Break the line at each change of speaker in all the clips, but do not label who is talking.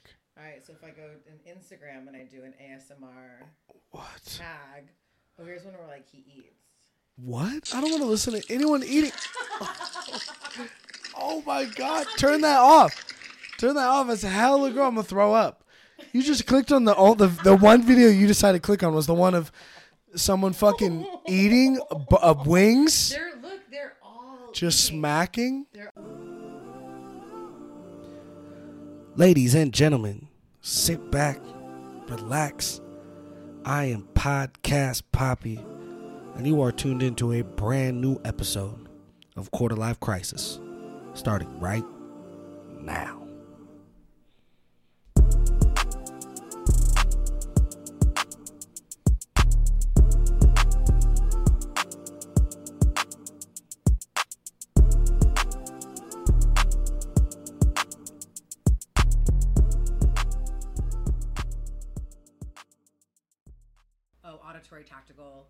All right, so if I go in Instagram and I do an ASMR
What?
tag, oh, here's one where like he eats.
What? I don't want to listen to anyone eating. Oh my god! Turn that off. Turn that off. It's hella gross. I'm gonna throw up. You just clicked on the all the the one video you decided to click on was the one of someone fucking eating b- uh, wings,
They're look, they're all
just
eating.
smacking.
They're
Ladies and gentlemen, sit back, relax. I am Podcast Poppy, and you are tuned into a brand new episode of Quarter Life Crisis, starting right now.
oh auditory tactical.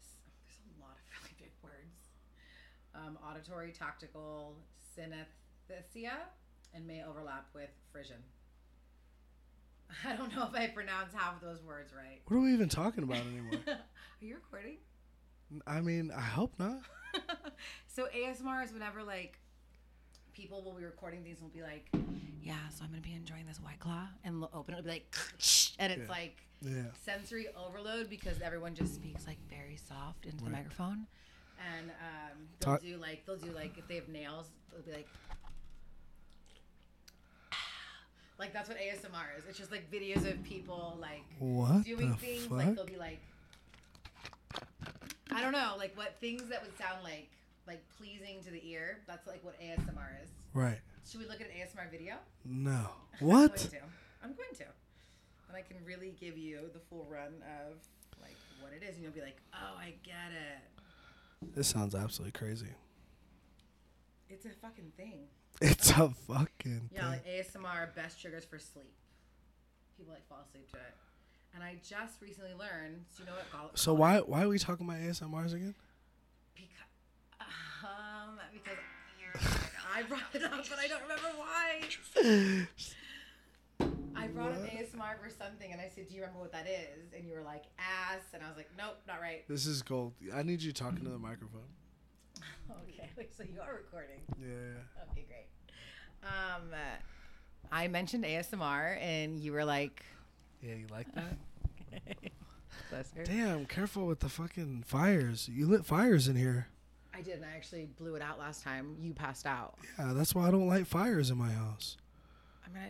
s- oh, There's a lot of really big words. Um, auditory tactical synesthesia and may overlap with frisson. I don't know if I pronounce half of those words right.
What are we even talking about anymore?
Are you recording?
I mean, I hope not.
so ASMR is whenever like people will be recording these and will be like, yeah, so I'm gonna be enjoying this white claw and lo- open it, it'll be like, and it's
Yeah.
like
Yeah.
sensory overload because everyone just speaks like very soft into the
Right.
microphone, and um, they'll
Ta-
do like they'll do like if they have nails, they'll be like. Like that's what ASMR is. It's just like videos of people like
What
doing
the
things.
fuck?
Like they'll be like, I don't know, like what things that would sound like like pleasing to the ear. That's like what ASMR is.
Right.
Should we look at an ASMR video?
No.
I'm going
What?
to. I'm going to. And I can really give you the full run of like what it is, and you'll be like, oh, I get it.
This sounds absolutely crazy.
It's a fucking thing.
It's a fucking
Yeah,
thing.
like ASMR best triggers for sleep. People like fall asleep to it. And I just recently learned. So you know what? Call,
So why why are we talking about ASMRs again?
Because, um, because I brought it up, but I don't remember why. I brought up ASMR for something, and I said, "Do you remember what that is?" And you were like, "Ass," and I was like, "Nope, not right."
This is gold. I need you talking to the microphone.
Okay, wait, so you are recording.
Yeah. yeah.
Okay, great. Um, uh, I mentioned ASMR, and you were like,
Yeah, you like that?
"Bless her."
Damn, careful with the fucking fires. You lit fires in here.
I did, and I actually blew it out last time. You passed out.
Yeah, that's why I don't light fires in my house.
I mean, I,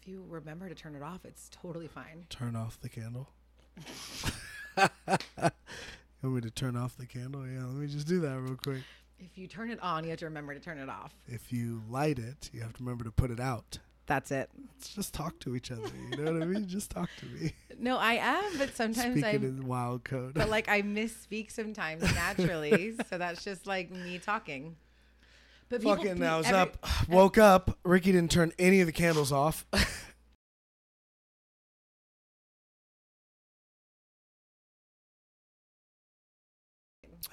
if you remember to turn it off, it's totally fine.
Turn off the candle. you want me to turn off the candle? Yeah, let me just do that real quick.
If you turn it on, you have to remember to turn it off.
If you light it, you have to remember to put it out.
That's it.
Let's just talk to each other. You know what I mean? Just talk to me.
No, I am, but sometimes
Speaking
I,
in wild code.
but like I misspeak sometimes naturally. so that's just like me talking. But people-
Fucking,
pe-
I was
every-
up, woke up. Ricky didn't turn any of the candles off.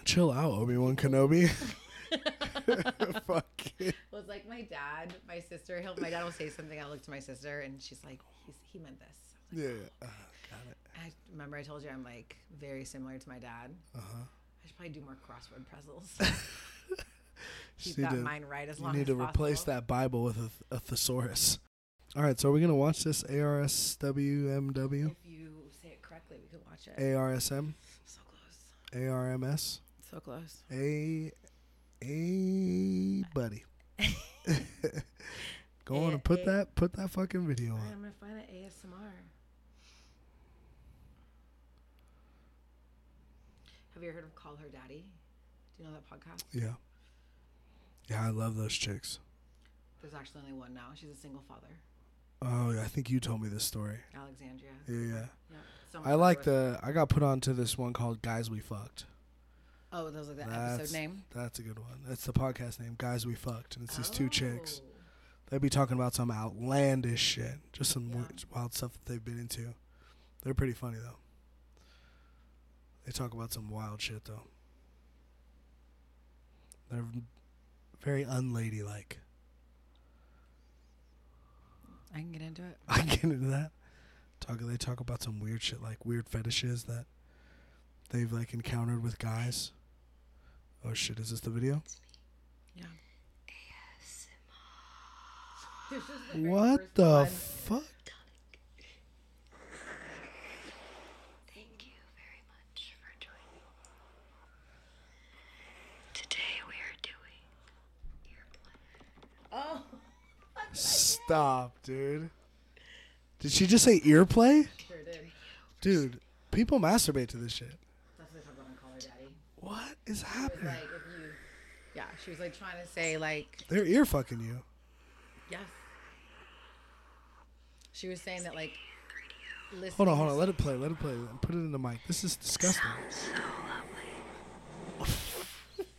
Chill out, Obi Wan Kenobi. Fuck it.
was like my dad, my sister. He'll, my dad will say something. I look to my sister, and she's like, He's, "He meant this."
Yeah. Uh, got it.
I remember I told you I'm like very similar to my dad.
Uh huh.
I should probably do more crossword puzzles.
Just
Keep
need
that
to-
mind right as
You
long
need
as
to replace
possible.
that Bible with a, a thesaurus. All right, so are we gonna watch this ARSWMW?
If you say it correctly, we could watch it.
ARSM?
So close.
ARMS?
So close.
A, a buddy. Go on and put that put that fucking video
Alright,
on.
I'm gonna find an ASMR. Have you heard of Call Her Daddy? Do you know that podcast?
Yeah. Yeah, I love those chicks.
There's actually only one now. She's a single father,
Oh, yeah, I think you told me this story.
Alexandria.
Yeah, yeah.
Yeah. some
I like
other-
the. I got put onto this one called "Guys We Fucked."
Oh, that was like the
That's-
episode name.
That's a good one. That's the podcast name, "Guys We Fucked," and it's these two chicks.
Oh.
They be talking about some outlandish shit, just some
Yeah.
weird, wild stuff that they've been into. They're pretty funny though. They talk about some wild shit though. They're very unladylike.
I can get into it.
I get into that. Talk, they talk about some weird shit, like weird fetishes that they've like encountered with guys. Oh shit! Is this the video?
Yeah.
What the fuck?
Thank you very much for joining. Today we are doing ear play.
Oh,
Stop, dude. Did she just say ear play?
sure did.
Dude, people masturbate to this shit.
That's what I talk about on Call Her Daddy. It
What
was
is happening?
like if you, yeah, she was like trying to say like
They're ear fucking you.
yes. She was saying that like. Listen,
Hold on, hold on. Let it play. Let it play. Put it in the mic. This is disgusting.
So lovely.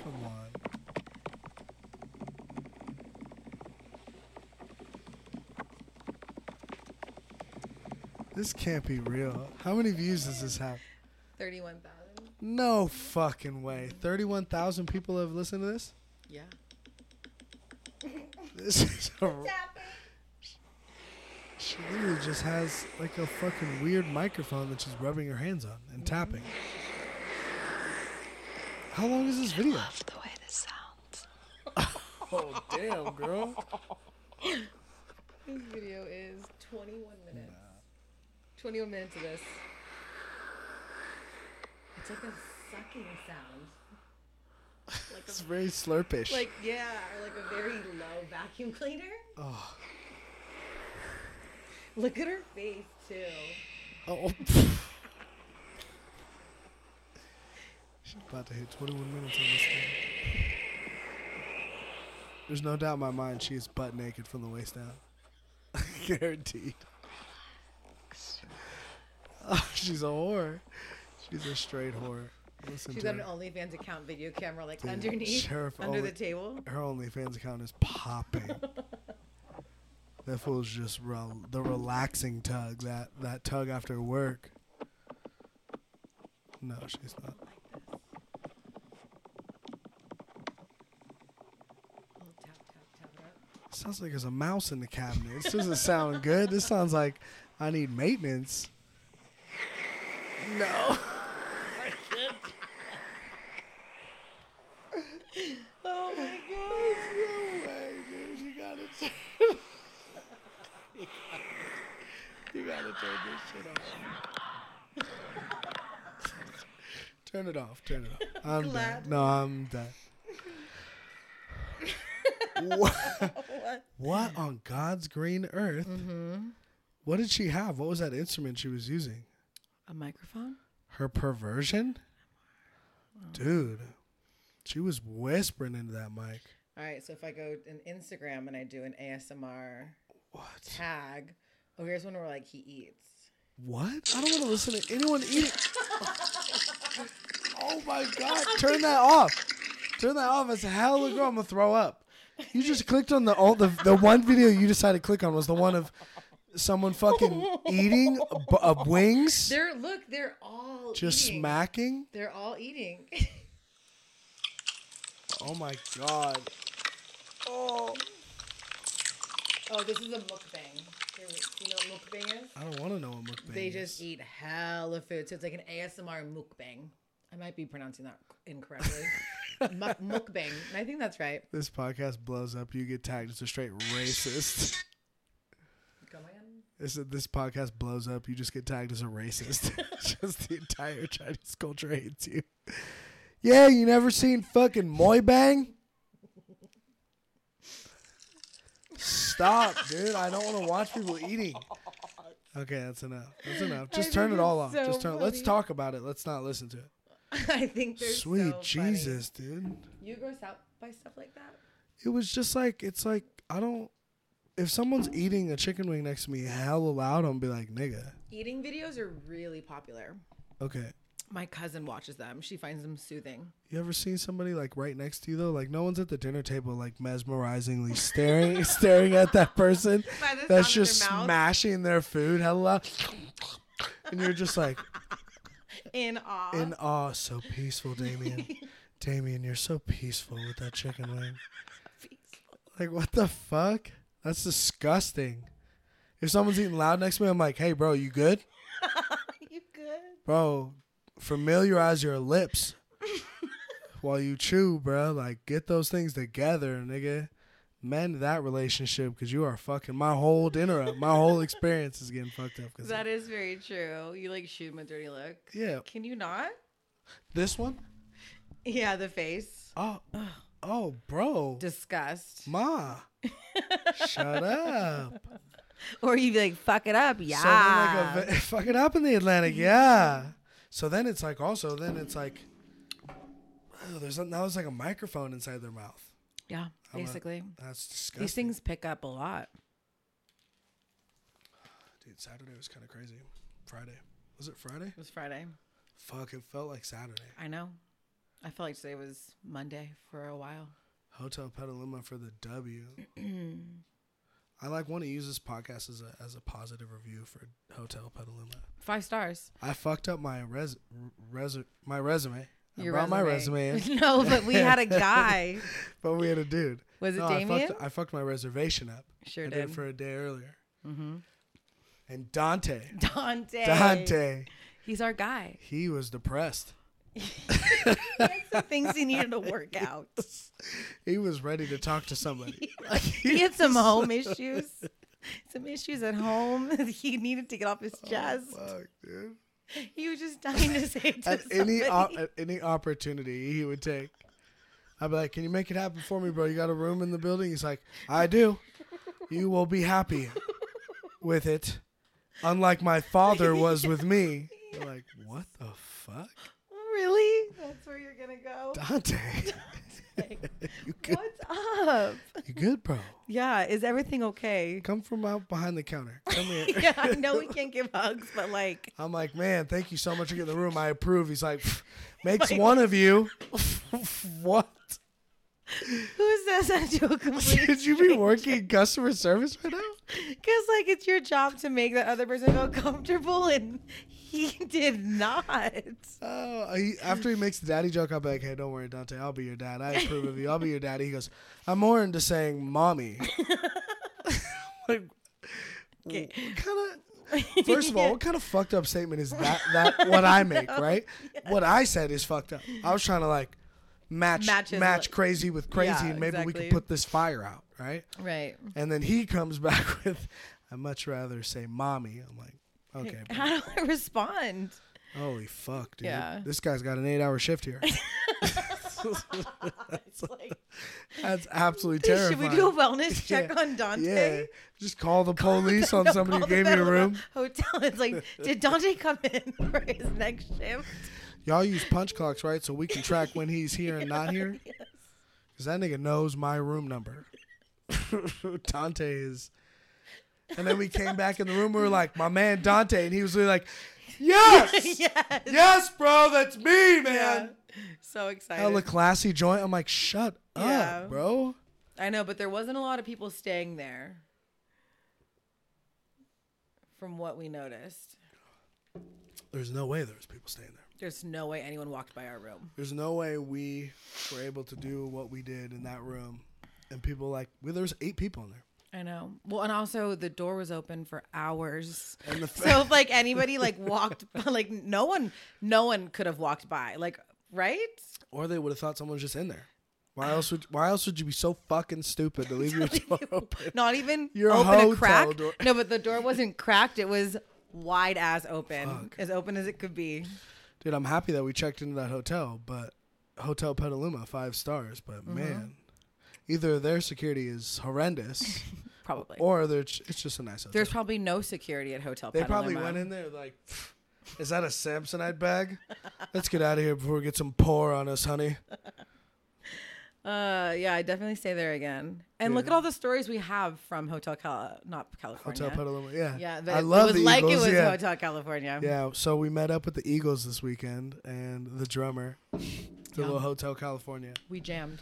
Come on. This can't be real. How many views does this have?
Thirty-one thousand.
No fucking way. 31,000 people have listened to this?
Yeah.
This is a, she literally just has like a fucking weird microphone that she's rubbing her hands on and tapping. How long is this video?
Love the way this sounds.
Oh damn, girl.
This video is twenty-one minutes. Twenty-one minutes of this. It's like a sucking sound. Like
It's very slurpish.
Like yeah, or like a very low vacuum cleaner.
oh.
Look at her face too.
oh. she's about to hit 21 minutes on this thing. There's no doubt in my mind she is butt naked from the waist down. Guaranteed. Oh, she's a whore. She's a straight whore. Listen
She's
to
got
her.
an OnlyFans account video camera like
Dude,
underneath,
Sheriff
under
Only-
the table.
her OnlyFans account is popping. that fool's just rel- the relaxing tug that that tug after work. No, she's not.
Little tap tap tap it up.
Sounds like there's a mouse in the cabinet. This doesn't sound good. This sounds like I need maintenance. No.
Oh my god!
you gotta turn. you gotta turn this shit off. turn it off. Turn it off. I'm
Glad.
done. No, I'm done. what,
What?
what on God's green earth?
Mm-hmm.
What did she have? What was that instrument she was using?
A microphone?
Her perversion? Dude, she was whispering into that mic.
All right, so if I go in Instagram and I do an ASMR
What?
tag, oh here's one where like he eats.
What? I don't want to listen to anyone eating. oh my god! Turn that off. Turn that off. It's hella girl. I'm gonna throw up. You just clicked on the all the the one video you decided to click on was the one of someone fucking eating b- uh, wings,
They're look, they're all
just
eating.
smacking.
They're all eating.
Oh my god. Oh.
oh, this is a mukbang. Here we- You know what mukbang is?
I don't want to know what mukbang.
They
is.
just eat hella food. So it's like an ASMR mukbang. I might be pronouncing that incorrectly. Muk- mukbang. And I think that's right.
This podcast blows up. You get tagged as a straight racist.
Come on.
This this podcast blows up. You just get tagged as a racist. just the entire Chinese culture hates you. Yeah, you never seen fucking Moi Bang? Stop, dude. I don't want to watch people eating. Okay, that's enough. That's enough. Just
think
turn it
it's
all off.
so
just turn. Let's
funny.
talk about it. Let's not listen to it.
I think they're
Sweet
so funny.
Jesus, dude.
You gross out by stuff like that?
It was just like it's like I don't. If someone's eating a chicken wing next to me, hella loud, I'm be like, nigga.
Eating videos are really popular.
Okay,
My cousin watches them. She finds them soothing.
You ever seen somebody like right next to you though? Like no one's at the dinner table, like mesmerizingly staring, staring at that person
By the
that's
sound of
just
their mouth.
smashing their food. Hello, and you're just like,
in awe.
In awe, so peaceful, Damien. Damien, you're so peaceful with that chicken wing. Like, what the fuck? That's disgusting. If someone's eating loud next to me, I'm like, hey, bro, you good?
you good?
Bro, familiarize your lips while you chew, bro. Like, get those things together, nigga. Mend that relationship because you are fucking my whole dinner up. My whole experience is getting fucked up. 'cause of
That is very true. You like shoot him a dirty look.
Yeah.
Can you not?
This one?
Yeah, the face.
Oh, oh, bro.
Disgust.
Ma, shut up.
Or you'd be like, fuck it up. Yeah.
So then, like, a, ve- fuck it up in the Atlantic. Yeah. So then it's like, also, then it's like, oh, there's a, now there's like a microphone inside their mouth.
yeah,
I'm like,
basically.
that's disgusting.
These things pick up a lot.
Dude, Saturday was kind of crazy. Friday. Was it Friday?
It was Friday.
Fuck, it felt like Saturday.
I know. I felt like today was Monday for a while.
Hotel Petaluma for the W. I like want to use this podcast as a, as a positive review for Hotel Petaluma.
Five stars.
I fucked up my res, res my resume. I
Your
brought my resume in.
no, but we had a guy.
But we had a dude.
Was it
I fucked- I
Damien?
fucked, my reservation up.
Sure
I did. it
did.
for a day earlier. Mm-hmm. And Dante,
Dante.
Dante,
He's our guy.
he was depressed.
That's the things he needed to work out.
He was ready to talk to somebody.
He had some home issues. Some issues at home. he needed to get off his
Oh,
chest.
Fuck, dude.
He was just dying to say to
At any op-
somebody.
at any opportunity he would take, I'd be like, "Can you make it happen for me, bro? You got a room in the building?" He's like, "I do. You will be happy with it." Unlike my father was with me. You're like, what the fuck,
really? That's where you're gonna go.
Dante? you good?
What's up?
You good, bro?
Yeah, is everything okay?
Come from out behind the counter. Come here.
yeah, I know we can't give hugs, but like
I'm like, man, thank you so much for getting the room. I approve. He's like, "Pff, makes one of you. what?
who says that to a complete
Should you be working customer service right now?
Because like it's your job to make the other person feel comfortable, and he did not.
Oh, he, after he makes the daddy joke, I'll be like, hey, don't worry, Dante. I'll be your dad. I approve of you. I'll be your daddy. He goes, I'm more into saying mommy. like,
Okay.
what kind of First of all, what kind of fucked up statement is that? That what I make, right? What I said is fucked up. I was trying to like match
Match
match,
his li-
crazy with crazy,
Yeah,
and maybe we
exactly.
could put this fire out, right?
right?
And then he comes back with, "I much rather say mommy." I'm like, okay, bro.
How do I respond?
holy fuck, dude,
Yeah.
this guy's got an eight-hour shift here.
It's like,
That's absolutely
should
terrifying.
we do a wellness
Yeah.
check on Dante?
Yeah, just call the police on
No,
somebody who
call the
gave you a
Petaluma
room.
Hotel. It's like, did Dante come in for his next shift?
Y'all use punch clocks, right? So we can track when he's here and not here. Cause that nigga knows my room number. Dante is. And then we came back in the room. We were like, "My man Dante," and he was really like, "Yes,
yes.
yes, bro, that's me, man."
So excited.
Hella classy joint. I'm like, "Shut
Yeah.
up, bro."
I know, but there wasn't a lot of people staying there from what we noticed.
There's no way there was people staying there.
There's no way anyone walked by our room.
There's no way we were able to do what we did in that room, and people like, well, there was eight people in there.
I know. Well, and also the door was open for hours.
And the
So if like anybody like walked like no one no one could have walked by. Like, right?
Or they would have thought someone was just in there. Why else would Why else would you be so fucking stupid to leave your door open?
Not even
Your
open a
hotel
crack.
door.
No, but the door wasn't cracked. It was wide as open. As open as it could be.
Dude, I'm happy that we checked into that hotel, but Hotel Petaluma, five stars. But
Uh-huh.
man, either their security is horrendous,
Probably.
or they're j- it's just a nice hotel.
There's probably no security at Hotel
they probably
Petaluma.
went in there like, is that a Samsonite bag? Let's get out of here before we get some pour on us, honey.
Uh, yeah, I definitely stay there again. And look at all the stories we have from Hotel Cal, not California.
Hotel Petaluma, yeah.
Yeah,
I love
it was
the
like
Eagles.
it was
yeah.
Hotel California.
Yeah, so we met up with the Eagles this weekend and the drummer, the little Hotel California.
We jammed.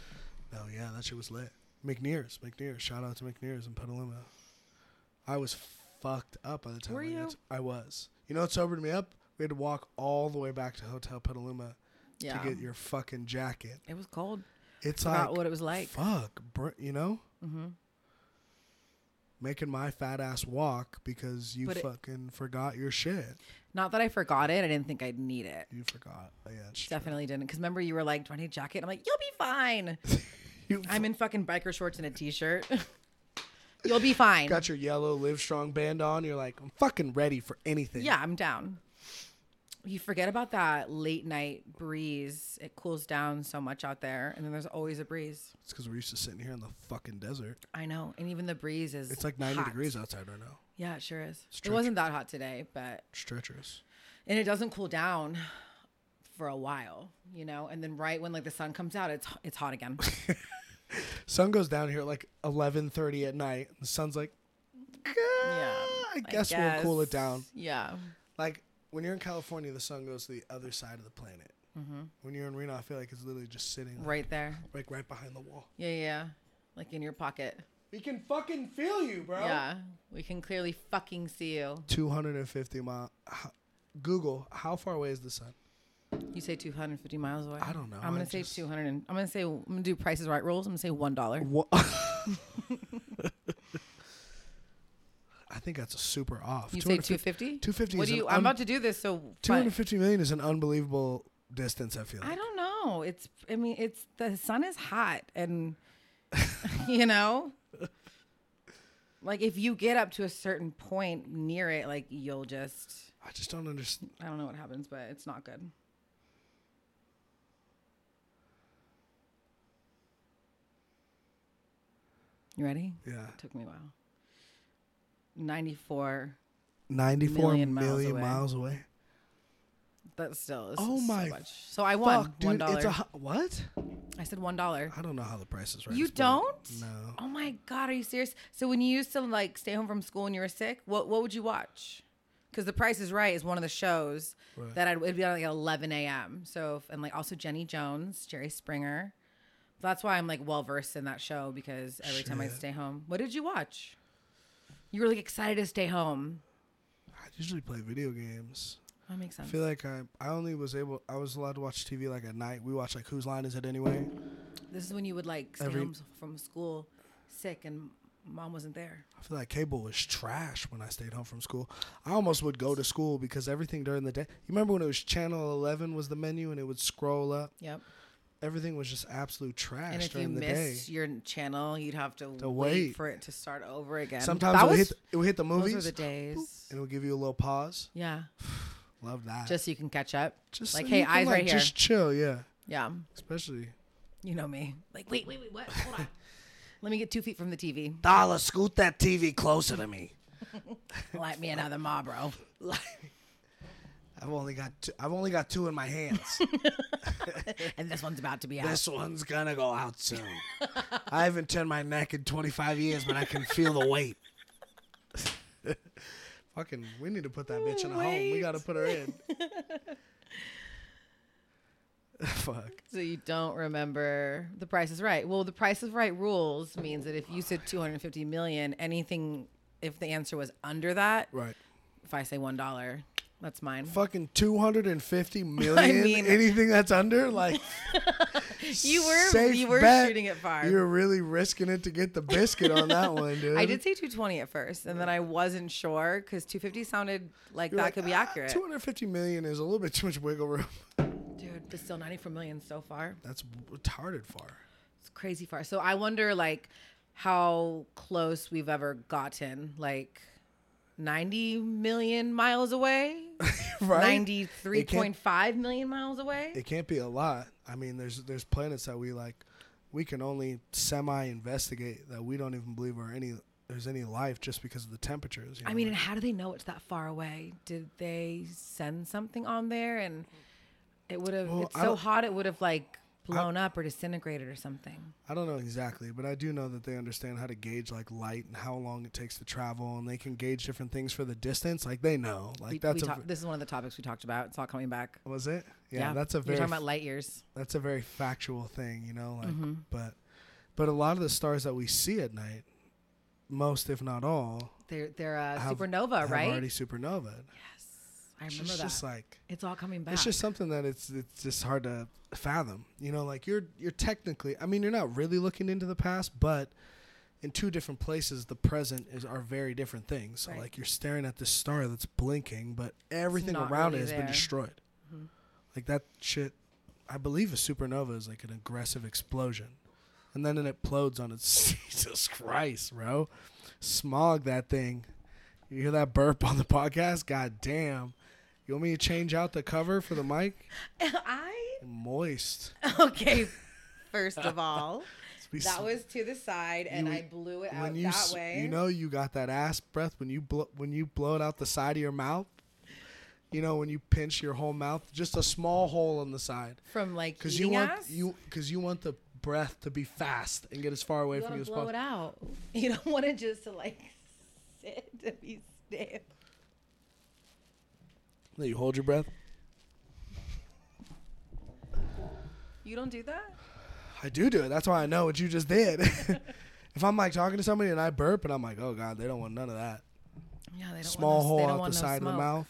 Oh yeah, that shit was lit. McNears, McNears. Shout out to McNears in Petaluma. I was fucked up by the time
Were
I got
you?
to- I was. You know what sobered me up? We had to walk all the way back to Hotel Petaluma
Yeah.
to get your fucking jacket.
it was cold.
It's
Forgot
like
what it was like. Mm-hmm.
Fuck, br- you know. Making my fat ass walk because you
But it-
fucking forgot your shit.
Not that I forgot it. I didn't think I'd need it.
You forgot. Oh, Yeah, it's true.
Definitely didn't. Because remember, you were like, "Do I need a jacket?" I'm like, "You'll be fine."
You
I'm in fucking biker shorts and a t-shirt. You'll be fine.
got your yellow Livestrong band on. You're like, I'm fucking ready for anything.
Yeah, I'm down. You forget about that late night breeze. It cools down so much out there, and then there's always a breeze.
It's because we're used to sitting here in the fucking desert.
I know, and even the breeze is.
It's like 90
hot.
degrees outside right now.
Yeah, it sure is. It
treacherous.
wasn't that hot today, but
It's treacherous.
and it doesn't cool down for a while, you know. And then right when like the sun comes out, it's it's hot again.
Sun goes down here at like 11:30 at night. The sun's like, "Gah,
yeah,
I guess we'll cool it
guess.
down.
Yeah,
Like when you're in California, the sun goes to the other side of the planet. When you're in Reno, I feel like it's literally just sitting like,
Mm-hmm. right there.
like right behind the wall.
Yeah, yeah, like in your pocket.
We can fucking feel you, bro.
Yeah, we can clearly fucking see you.
250 mile. ho- Google, how far away is the sun?
You say 250 miles away.
I don't know.
I'm
I
gonna say
just-
200. And, I'm gonna say I'm gonna do prices right rules. I'm gonna say one dollar.
What? I think that's a super off.
You say
250
250.
250
What
is
do you?
an
I'm
un-
about to do this. So but-
250 million is an unbelievable distance. I feel.
I
Like.
don't know. It's. I mean, it's the sun is hot, and you know, like if you get up to a certain point near it, like you'll just.
I just don't understand.
I don't know what happens, but it's not good. You ready?
Yeah,
Took me a while. 94.
94 million
Million
miles
miles
away.
away. That still is.
Oh
so
my
much. So I won.
Fuck,
one
dude,
dollar.
it's a hu- what?
I said one dollar.
I don't know how the price is right.
You
this morning.
don't?
No.
Oh my god, are you serious? So when you used to like stay home from school and you were sick, what what would you watch? Because The Price is Right is one of the shows
Right.
that I'd, it'd be on like 11 a.m. So if- and like also Jenny Jones, Jerry Springer. That's why I'm like well versed in that show because every time I
Shit.
stay home, what did you watch? You were like excited to stay home.
I usually play video games.
That makes
I
sense.
feel like I I only was able I was allowed to watch TV like at night. We watch like Whose Line Is It Anyway?
This is when you would like stay
Every-
home s- from school sick and mom wasn't there.
I feel like cable was trash when I stayed home from school. I almost would go to school because everything during the day. You remember when it was channel 11 was the menu and it would scroll up?
Yep.
Everything was just absolute trash
And if you
during the day.
missed your channel, you'd have to,
To
wait,
wait.
for it to start over again.
Sometimes
That
it would,
was-
hit the, it would hit the
those
movies
were the days.
and it would give you a little pause.
Yeah,
Love that.
just so you can catch up. Just like,
so
hey,
you can,
eyes
like,
right here.
Just chill, yeah.
Yeah,
Especially
you know me. Like, wait, wait, wait, what? Hold on. Let me get two feet from the TV.
Dollar, scoot that TV closer to me.
Light me another ma, bro.
I've only got two, I've only got two in my hands.
And this one's about to be out.
this one's gonna go out soon. I haven't turned my neck in 25 years, but I can feel the weight. Fucking, we need to put that bitch in a home. We
Wait.
gotta put her in. Fuck.
So you don't remember the Price is Right. Well, the Price is Right rules means that if you said 250 million, anything if the answer was under that,
Right.
if I say one dollar, that's mine.
Fucking 250 million.
mean-
anything that's under, like
You were
safe
you were
bet.
shooting it far.
You're really risking it to get the biscuit on that one, dude.
I did say 220 at first, and then I wasn't sure because 250 sounded like
You're
that
like,
could be
"Ah,
accurate.
250 million is a little bit too much wiggle room.
Dude, but still 94 million so far.
That's retarded far.
It's crazy far. So I wonder like how close we've ever gotten. Like 90 million miles away,
Right?
93.5 million miles away.
It can't be a lot. I mean, there's there's planets that we like we can only semi investigate that we don't even believe are any there's any life just because of the temperatures. you
I
know,
mean,
like-
and how do they know it's that far away? Did they send something on there and it would have
Well,
it's
I
so
don't-
hot it would have like blown up or disintegrated or something.
I don't know exactly, but I do know that they understand how to gauge like light and how long it takes to travel, and they can gauge different things for the distance. Like they know, like
We, we
that's a
talk, this is one of the topics we talked about. It's all coming back.
was it? Yeah, that's a
You're
very
talking about Mm-hmm. light years.
that's a very factual thing, you know. Like, but but a lot of the stars that we see at night, most if not all,
They're they're uh,
have-
supernova,
have
Oh, right?
Already supernova.
I remember
It's
that.
just like
it's all coming back.
it's just something that it's it's just hard to fathom. You know, like you're you're technically, I mean, you're not really looking into the past, but in two different places, the present is are very different things. So
Right.
like you're staring at this star that's blinking, but everything
not
around
really
it has been
there. Mm-hmm.
destroyed. Like that shit, I believe a supernova is like an aggressive explosion, and then it implodes on its. Jesus Christ, bro! Smog that thing. You hear that burp on the podcast? God damn. You want me to change out the cover for the mic?
I
Moist.
okay. First of all,
We
That
s-
was to the side, and
You-
I blew it out
when you
that
s-
way.
You know you got that ass breath when you blow when you blow it out the side of your mouth. You know when you pinch your whole mouth, just a small hole on the side,
from like
because you
eating
want
ass,
you because you want the breath to be fast and get as far away
you
from
want
you
to
as
blow
possible.
it out. You don't want it just to like sit to be stiff.
Then you hold your breath.
You don't do that.
I do do it. That's why I know what you just did. if I'm like talking to somebody and I burp and I'm like, oh god, they don't want none of that.
Yeah, they don't
Small
want no,
hole
they don't
out the
want no
side of
smoke.
the mouth.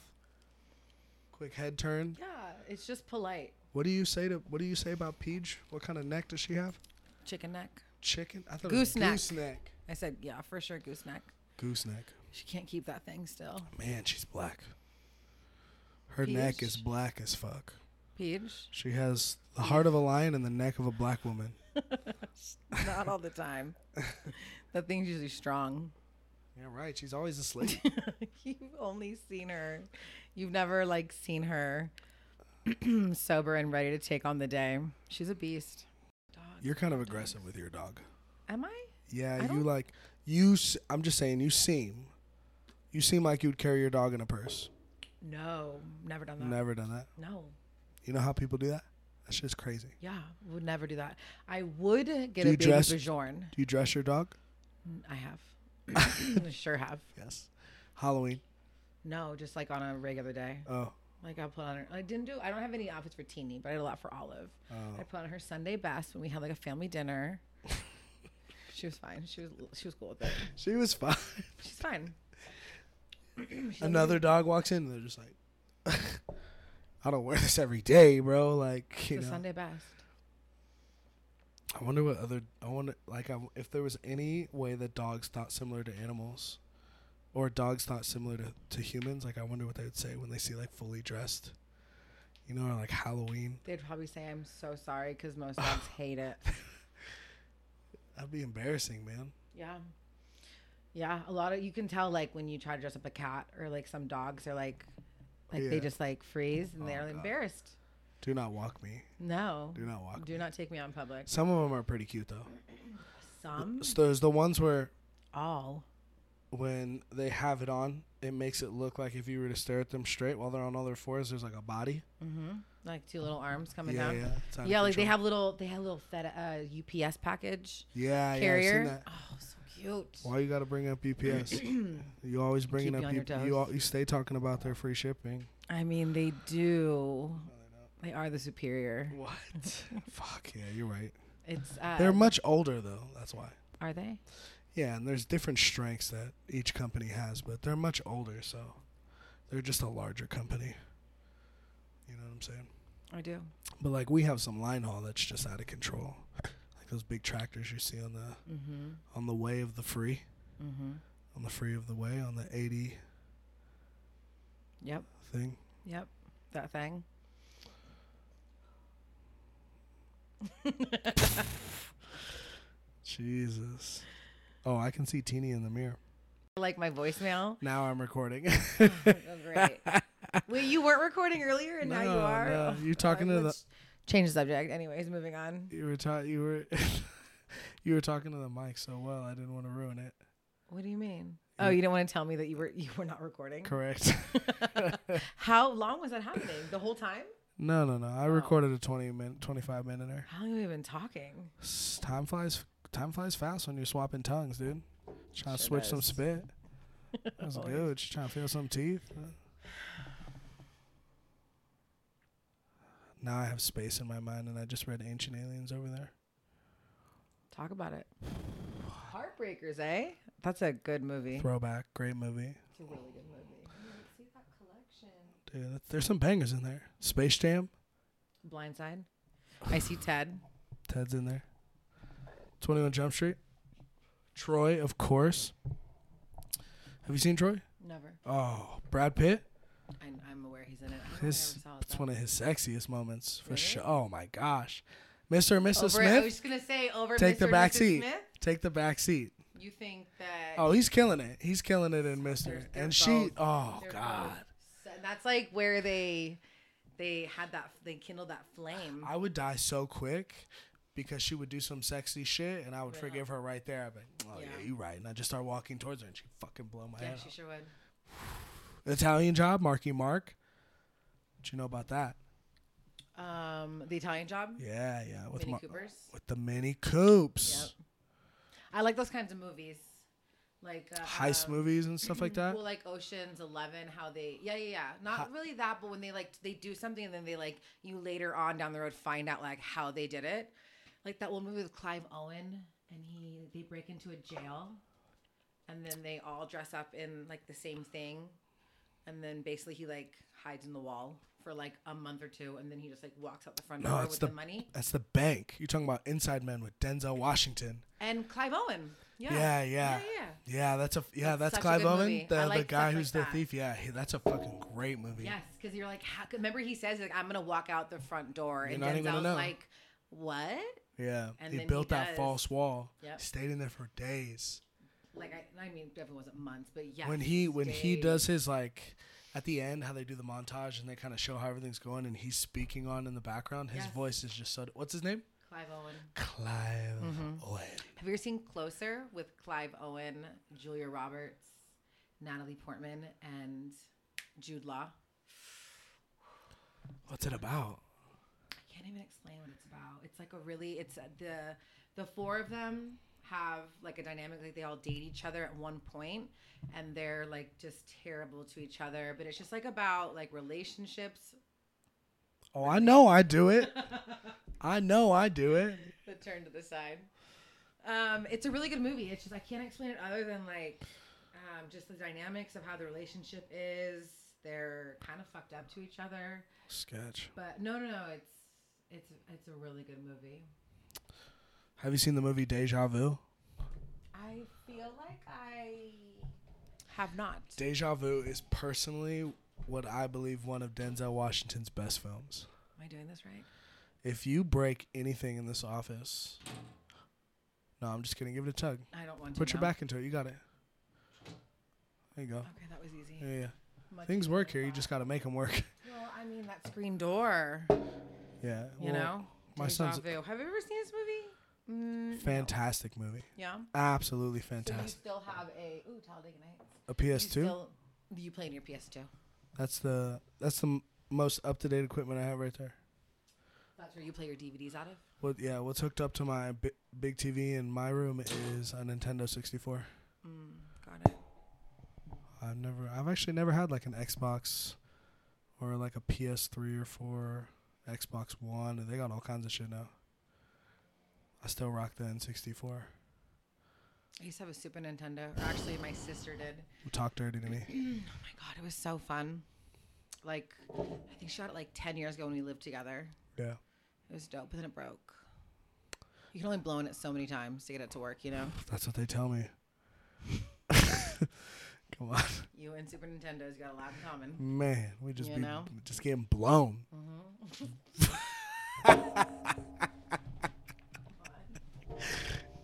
Quick head turn.
Yeah, it's just polite.
What do you say to What do you say about Peach? What kind of neck does she have?
Chicken neck.
Chicken? I thought
Gooseneck.
it was gooseneck.
I said, yeah, for sure, gooseneck.
Gooseneck.
She can't keep that thing still.
Man, she's black. Her neck
Peach?
is black as fuck.
Peach,
She has the heart of a lion and the neck of a black woman.
not all the time. that thing's usually strong.
Yeah, right. She's always asleep.
You've only seen her. You've never like seen her sober and ready to take on the day. She's a beast.
You're kind of aggressive with your dog.
Am I?
Yeah,
I
you
don't-
like you. s- I'm just saying, you seem, you seem like you'd carry your dog in a purse.
No, never done that.
Never done that.
No.
You know how people do that? That shit's crazy.
Yeah, would never do that. I would get
you
a baby
dress-
Bajorn.
Do you dress your dog?
I have. I sure have.
Yes. Halloween.
No, just like on a regular day.
Oh,
Like I put on her. I didn't do. I don't have any outfits for Teeny, but I did a lot for Olive.
oh.
I put on her Sunday best when we had like a family dinner. she was fine. She was she was cool with it.
she was fine.
She's fine.
Another dog walks in and they're just like, I don't wear this every day, bro. Like, you
The
know.
Sunday best.
I wonder what other. I wonder, like, I, if there was any way that dogs thought similar to animals, or dogs thought similar to, to humans. Like, I wonder what they would say when they see like fully dressed, you know, or like Halloween.
They'd probably say I'm so sorry because most dogs hate it.
That'd be embarrassing, man.
Yeah. Yeah, a lot of you can tell like when you try to dress up a cat or like some dogs are like like
Yeah. Oh,
they just like freeze and they're embarrassed.
Do not walk me.
No.
Do not walk. me.
Do not take me out in public.
Some of them are pretty cute though.
Some
So there's the ones where
all.
when they have it on, it makes it look like if you were to stare at them straight while they're on all their fours, there's like a body.
Like two little arms coming
Yeah,
down.
yeah. it's out of
Yeah, like they
control.
have little they have little feta uh, UPS package
Yeah, yeah. I've
carrier.
seen that.
Oh, so cute.
Why you gotta bring up UPS? you always bringing
Keep
up
you on your
UPS. You,
toes.
al- you stay talking about their free shipping.
I mean, they do. They are the superior.
What? Fuck yeah, you're right.
It's uh,
They're much older though. That's why.
are they?
Yeah, and there's different strengths that each company has, but they're much older, so they're just a larger company. You know what I'm saying?
I do.
But like we have some line haul that's just out of control, like those big tractors you see on the
Mm-hmm.
on the way of the free, on the free of the way on the eighty
Yep.
thing.
Yep. That thing.
Jesus. Oh, I can see Teeny in the mirror.
Like my voicemail.
Now I'm recording.
Oh, great. Wait, you weren't recording earlier, and now you
No,
are.
no,
Oh,
you're talking to the-
let's Change the subject. Anyways, moving on.
you were ta- you were you were talking to the mic so well. I didn't want to ruin it.
What do you mean? Oh, you didn't want to tell me that you were you were not recording.
Correct.
How long was that happening? The whole time?
no, no, no. I recorded a 20 minute 25 minute there.
How long have we been talking?
S- Time flies time flies fast when you're swapping tongues, dude. Trying to switch some
does.
spit. That was good. Just trying to feel some teeth. Now I have space in my mind, and I just read Ancient Aliens over there.
Talk about it. Heartbreakers, eh? That's a good movie.
Throwback, great movie.
It's a really good movie.
See that collection.
Dude, Yeah, that- there's some bangers in there. Space Jam,
Blindside. I see Ted.
Ted's in there. 21 Jump Street. Troy, of course. Have you seen Troy?
Never.
Oh, Brad Pitt.
I, I'm aware he's in it. I don't know
His,
if I ever saw it,
that's
though.
one of his sexiest moments for
Really?
sure. Oh my gosh, Mr. and Mrs.
Over, I
Smith,
was gonna say over.
take
Mr.
the
and
back
Mrs.
seat.
Smith?
Take the back seat.
You think that?
Oh, he's killing it. He's killing it in Mr.
they're
And she,
both-
oh
they're
god,
both- So that's like where they they had that they kindled that flame.
I would die so quick because she would do some sexy shit, and I would forgive her right there. I'd be, like, oh yeah,
Yeah.
you right. And I just start walking towards her, and she fucking blow my
yeah,
head.
she
off.
sure would.
Italian job, Marky Mark. What you know about that?
Um,
The Italian job,
Yeah, yeah, with
Minnie
my, oh.
Cooper's.
with the Mini Coops.
Yep. I like those kinds of movies, like uh,
heist
um,
movies and stuff like that.
Well, like Ocean's Eleven, how they yeah yeah yeah, not really that, but when they like they do something and then they like you later on down the road find out like how they did it, like that one movie with Clive Owen and he they break into a jail, and then they all dress up in like the same thing, and then basically he like hides in the wall for like a month or two, and then he just like walks out the front
No,
door
it's
with
the-
the money
That's the bank. You're talking about Inside Men with Denzel Washington.
and Clive Owen yeah
Yeah, yeah.
yeah
Yeah,
yeah.
that's a yeah,
That's
that's,
such a
Clive
good
Owen,
movie.
the,
I
the
like
guy
stuff
who's
like
the
that.
thief. Yeah, he, that's a fucking great movie.
Yes, because you're like, how, remember he says like, I'm gonna walk out the front door, and
not even gonna
Denzel's
know.
like, what?
Yeah.
And
he
then
built
he
that
does.
false wall.
Yep.
Stayed in there for days.
Like, I, I mean, definitely wasn't months, but yeah.
when he when he
days.
does his like at the end how they do the montage and they kind of show how everything's going and he's speaking on in the background, his
Yes.
voice is just so what's his name?
Clive Owen.
Clive
Mm-hmm.
Owen.
Have you ever seen Closer with Clive Owen, Julia Roberts, Natalie Portman, and Jude Law?
What's it about?
I can't even explain what it's about. It's like a really it's the the four of them have like a dynamic like they all date each other at one point and they're like just terrible to each other, but it's just like about like relationships.
Oh, I know I do it. I know I do it.
the turn to the side. Um, it's a really good movie. It's just I can't explain it other than like um, just the dynamics of how the relationship is. They're kind of fucked up to each other,
Sketch.
but no, no, no. It's it's it's a really good movie.
Have you seen the movie Deja Vu?
I feel like I have not.
Deja Vu is personally what I believe one of Denzel Washington's best films.
Am I doing this right?
If you break anything in this office, no, I'm just kidding. Give it a tug.
I don't want to.
Put your
now.
back into it. You got it. There you go.
Okay, that was easy.
Yeah, yeah.
Much
Things
easier
work
than
here. You
I
just got to make them work.
thought. Well, I mean that screen door.
yeah.
you
well,
know,
my
Deja
son's-
vu.
Have you ever seen this movie? Mm,
Fantastic movie.
Yeah.
Absolutely
So you
fantastic.
still have a ooh Talladega Nights.
A
You
PS2.
still you play in your PS2.
that's the that's the m- most up to date equipment I have right there.
That's where you play your DVDs out of.
What? Yeah. What's hooked up to my bi- big TV in my room is a Nintendo 64.
Got it.
I've never, I've actually never had like an Xbox or like a PS3 or 4, Xbox One. They got all kinds of shit now. I still rock the N64.
I used to have a Super Nintendo, or actually, my sister did.
Talk dirty to me.
Oh my god, it was so fun. Like, I think she got it like ten years ago when we lived together.
Yeah.
It was dope, but then it broke. You can only blow in it so many times to get it to work, you know.
That's what they tell me. Come on.
You and Super Nintendo's got a lot in common.
Man, we just
You
be
know? Mm-hmm.
just getting blown.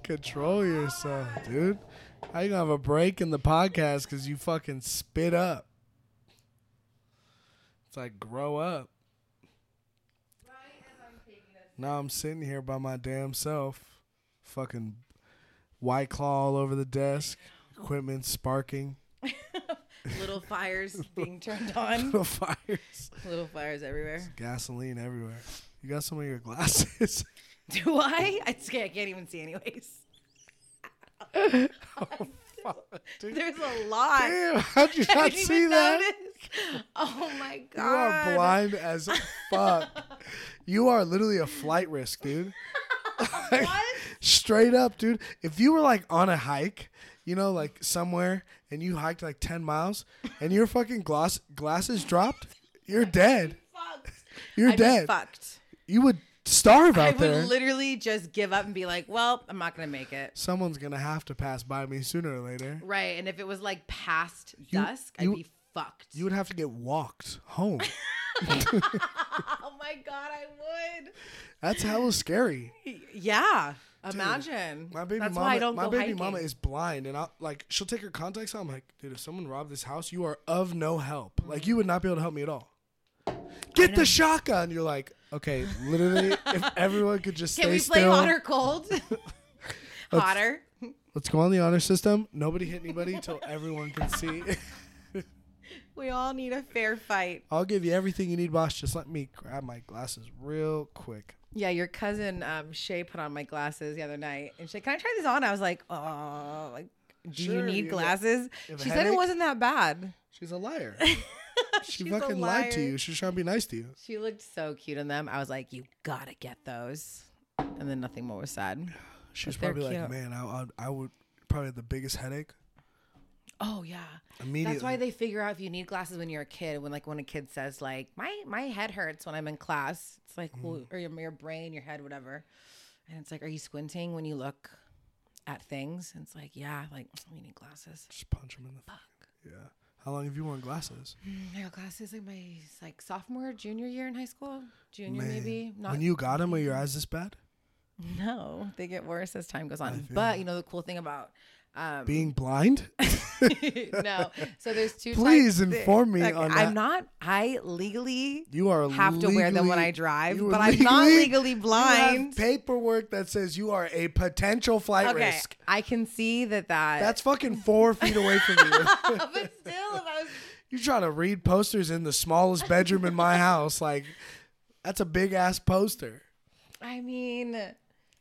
Control yourself, dude. How you gonna have a break in the podcast because you fucking spit up? It's like grow up. Now I'm sitting here by my damn self, fucking white claw all over the desk, equipment sparking,
Little fires being turned on.
little fires,
Little fires everywhere.
gasoline everywhere. You got some of your glasses.
Do I? I just can't, I can't even see anyways.
Fuck, dude.
There's a lot.
Oh, Damn, how'd you
I
not
didn't
see
even
that?
notice. Oh my
You are
god.
blind as fuck. you are literally a flight risk, dude. Like, Straight up, dude. If you were like on a hike, you know, like somewhere, and you hiked like ten miles, and your fucking glass glasses dropped, You're dead.
Fucked.
You're
I'd be
dead.
fucked.
You would starve
I
out
would
there.
literally just give up and be like, well, I'm not going to make it.
Someone's gonna have to pass by me sooner or later.
Right. And if it was like past dusk,
you-
I'd be fucked.
You would have to get walked home.
oh my God, I would.
That's hella scary.
Yeah. Imagine.
My baby
That's
mama,
why I don't
my
go
baby
hiking.
mama is blind, and I like she'll take her contacts out. I'm like, dude, if someone robbed this house, you are of no help.
Mm-hmm.
Like you would not be able to help me at all. Get the shotgun. You're like, okay, literally, if everyone could just
Can
stay
we play
still,
hot or cold? Hotter.
let's go on the honor system. Nobody hit anybody till everyone can see.
We all need a fair fight.
I'll give you everything you need, boss. Just let me grab my glasses real quick.
Yeah, your cousin um, Shay put on my glasses the other night, and she's like, "Can I try these on?" I was like, "Oh, like, do
Sure,
you
you
need
have a-
glasses?"
you have a
She said it
headache?
wasn't that bad.
She's a liar. She
She's a
fucking lied to
liar.
you. She's trying to be nice to you.
She looked so cute in them. I was like, "You gotta get those," and then nothing more was said.
She was
But they're
probably
cute.
like, man, I, I, I would probably have the biggest headache
Oh yeah,
immediately.
that's why they figure out if you need glasses when you're a kid. When like when a kid says like, "My my head hurts when I'm in class," it's like, well, or your, your brain, your head, whatever, and it's like, "Are you squinting when you look at things?" And it's like, "Yeah, like we need glasses."
Just punch him in the fuck. Yeah. How long have you worn glasses?
Mm, I got glasses like my it's like sophomore, junior year in high school, junior
Man,
maybe. Not
when you got them, were your eyes this bad?
no, they get worse as time goes on. But you know the cool thing about um,
Being blind?
no, so there's two.
Please
types-
inform me
like,
on that.
I'm not. I legally
You are
have to wear them when I
legally-
drive,
you are
but I'm not legally
You have
blind.
paperwork that says you are a potential flight
Okay,
risk.
I can see that that.
That's fucking four feet away from you.
but still, if I was
You're trying to read posters in the smallest bedroom in my house. Like, that's a big ass poster.
I mean,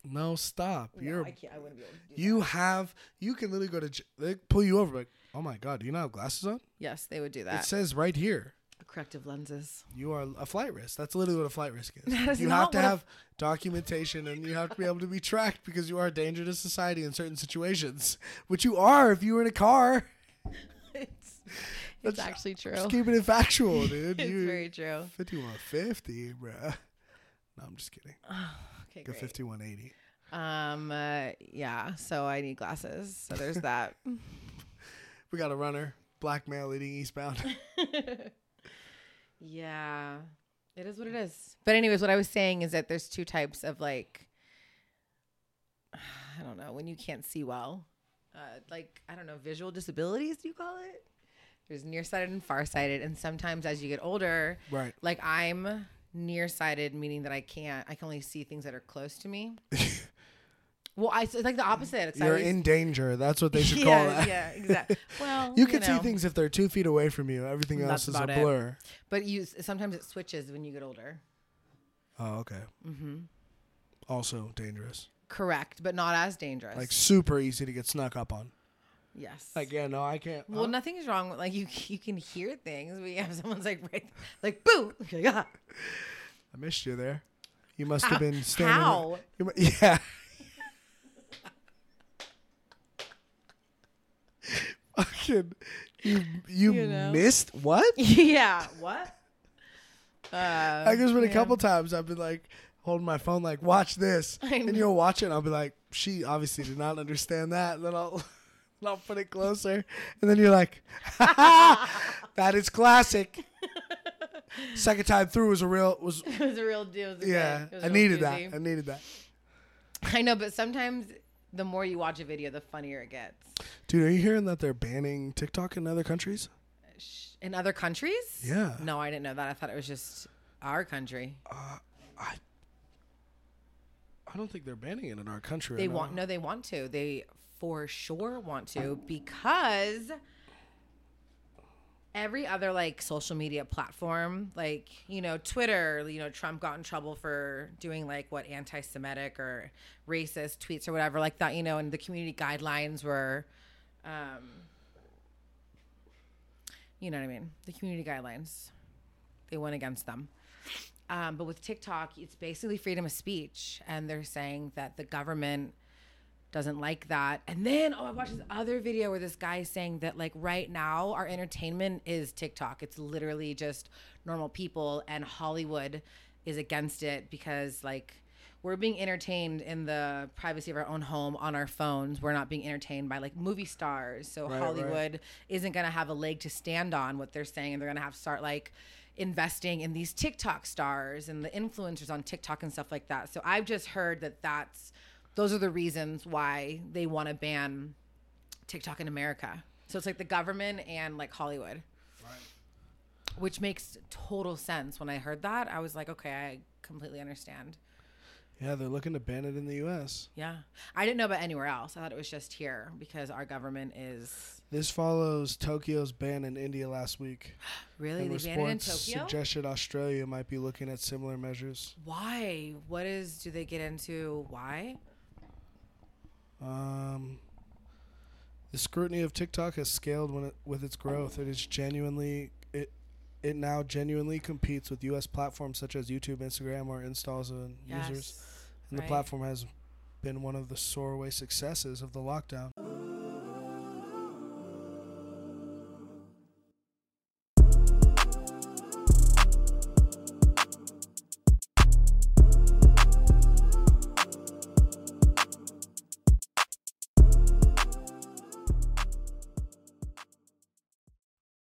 No, stop. You're
I can't. I wouldn't be able to do.
you have you can literally go to j- they pull you over like, oh my god, do you not have glasses on?
Yes, they would do
It
that.
says right here.
Corrective lenses.
You are a flight risk. That's literally what a flight risk is.
That is
you have
not
to
what a-
have documentation and you have to be able to be tracked because you are a danger to society in certain situations, which you are if you were in a car.
It's, it's
That's-
actually true.
Just keeping it factual, dude.
It's
you,
very true.
5150, bruh. No, I'm just kidding.
Okay,
Go
great.
5180.
Um, uh, yeah. So I need glasses. So there's that.
We got a runner, black male leading eastbound.
yeah, it is what it is. But anyways, what I was saying is that there's two types of like, I don't know, when you can't see well, uh, like I don't know, visual disabilities. Do you call it? There's nearsighted and farsighted, and sometimes as you get older,
right.
like I'm nearsighted, meaning that I can't, I can only see things that are close to me. well, I it's like the opposite. It's
You're
always-
in danger. That's what they should
yeah,
call that.
Yeah, exactly. Well,
You can see
know,
things if they're two feet away from you. Everything else
That's
is a
about it.
blur.
but you sometimes it switches when you get older.
Oh, okay. Mm-hmm. Also dangerous.
Correct, but not as dangerous.
Like super easy to get snuck up on.
yes.
Like yeah, no, I can't.
well,
huh?
nothing's wrong with like you. You can hear things, but yeah, if someone's like right, like boo, like, "Ah." yeah.
I missed you there. You must have been standing.
how?
You mu- yeah. Fucking, you you,
know.
missed what?
yeah. What? Uh,
Like there's been a couple times I've been like holding my phone like watch this and you'll watch it and I'll be like she obviously did not understand that and then I'll and I'll put it closer and then you're like "Ha, ha, that is classic. Second time through was a real was
it was a real deal. It was a
yeah
good- it was
I
a real
needed that
doozy.
I needed that
I know, but sometimes the more you watch a video, the funnier it gets.
dude are you hearing that they're banning TikTok in other countries
Sh- In other countries?
Yeah.
No, I didn't know that. I thought it was just our country.
I I don't think they're banning it in our country
They
right
want
now.
no, they want to. They for sure want to because every other like social media platform, like, you know, Twitter, you know, Trump got in trouble for doing like what anti-Semitic or racist tweets or whatever like that, you know, and the community guidelines were um you know what I mean? The community guidelines. They went against them. Um, but with TikTok, it's basically freedom of speech. And they're saying that the government doesn't like that. And then oh, I watched this other video where this guy is saying that like right now our entertainment is TikTok. It's literally just normal people and Hollywood is against it because like we're being entertained in the privacy of our own home on our phones. We're not being entertained by like movie stars. So
right.
Hollywood isn't going to have a leg to stand on what they're saying and they're going to have to start like investing in these TikTok stars and the influencers on TikTok and stuff like that. So I've just heard that that's those are the reasons why they want to ban TikTok in America. So it's like the government and like Hollywood. Which makes total sense. When I heard that, I was like, okay, I completely understand.
Yeah, they're looking to ban it in the U.S.
Yeah. I didn't know about anywhere else. I thought it was just here because our government is
This follows Tokyo's ban in India last week.
really they
in
banned it in
response,
Tokyo.
suggested Australia might be looking at similar measures.
why? What is do they get into why?
Um, the scrutiny of TikTok has scaled when it, with its growth. It is genuinely it it now genuinely competes with U.S. platforms such as YouTube, Instagram, or installs on users.
Yes.
And the
right.
platform has been one of the soreway successes of the lockdown.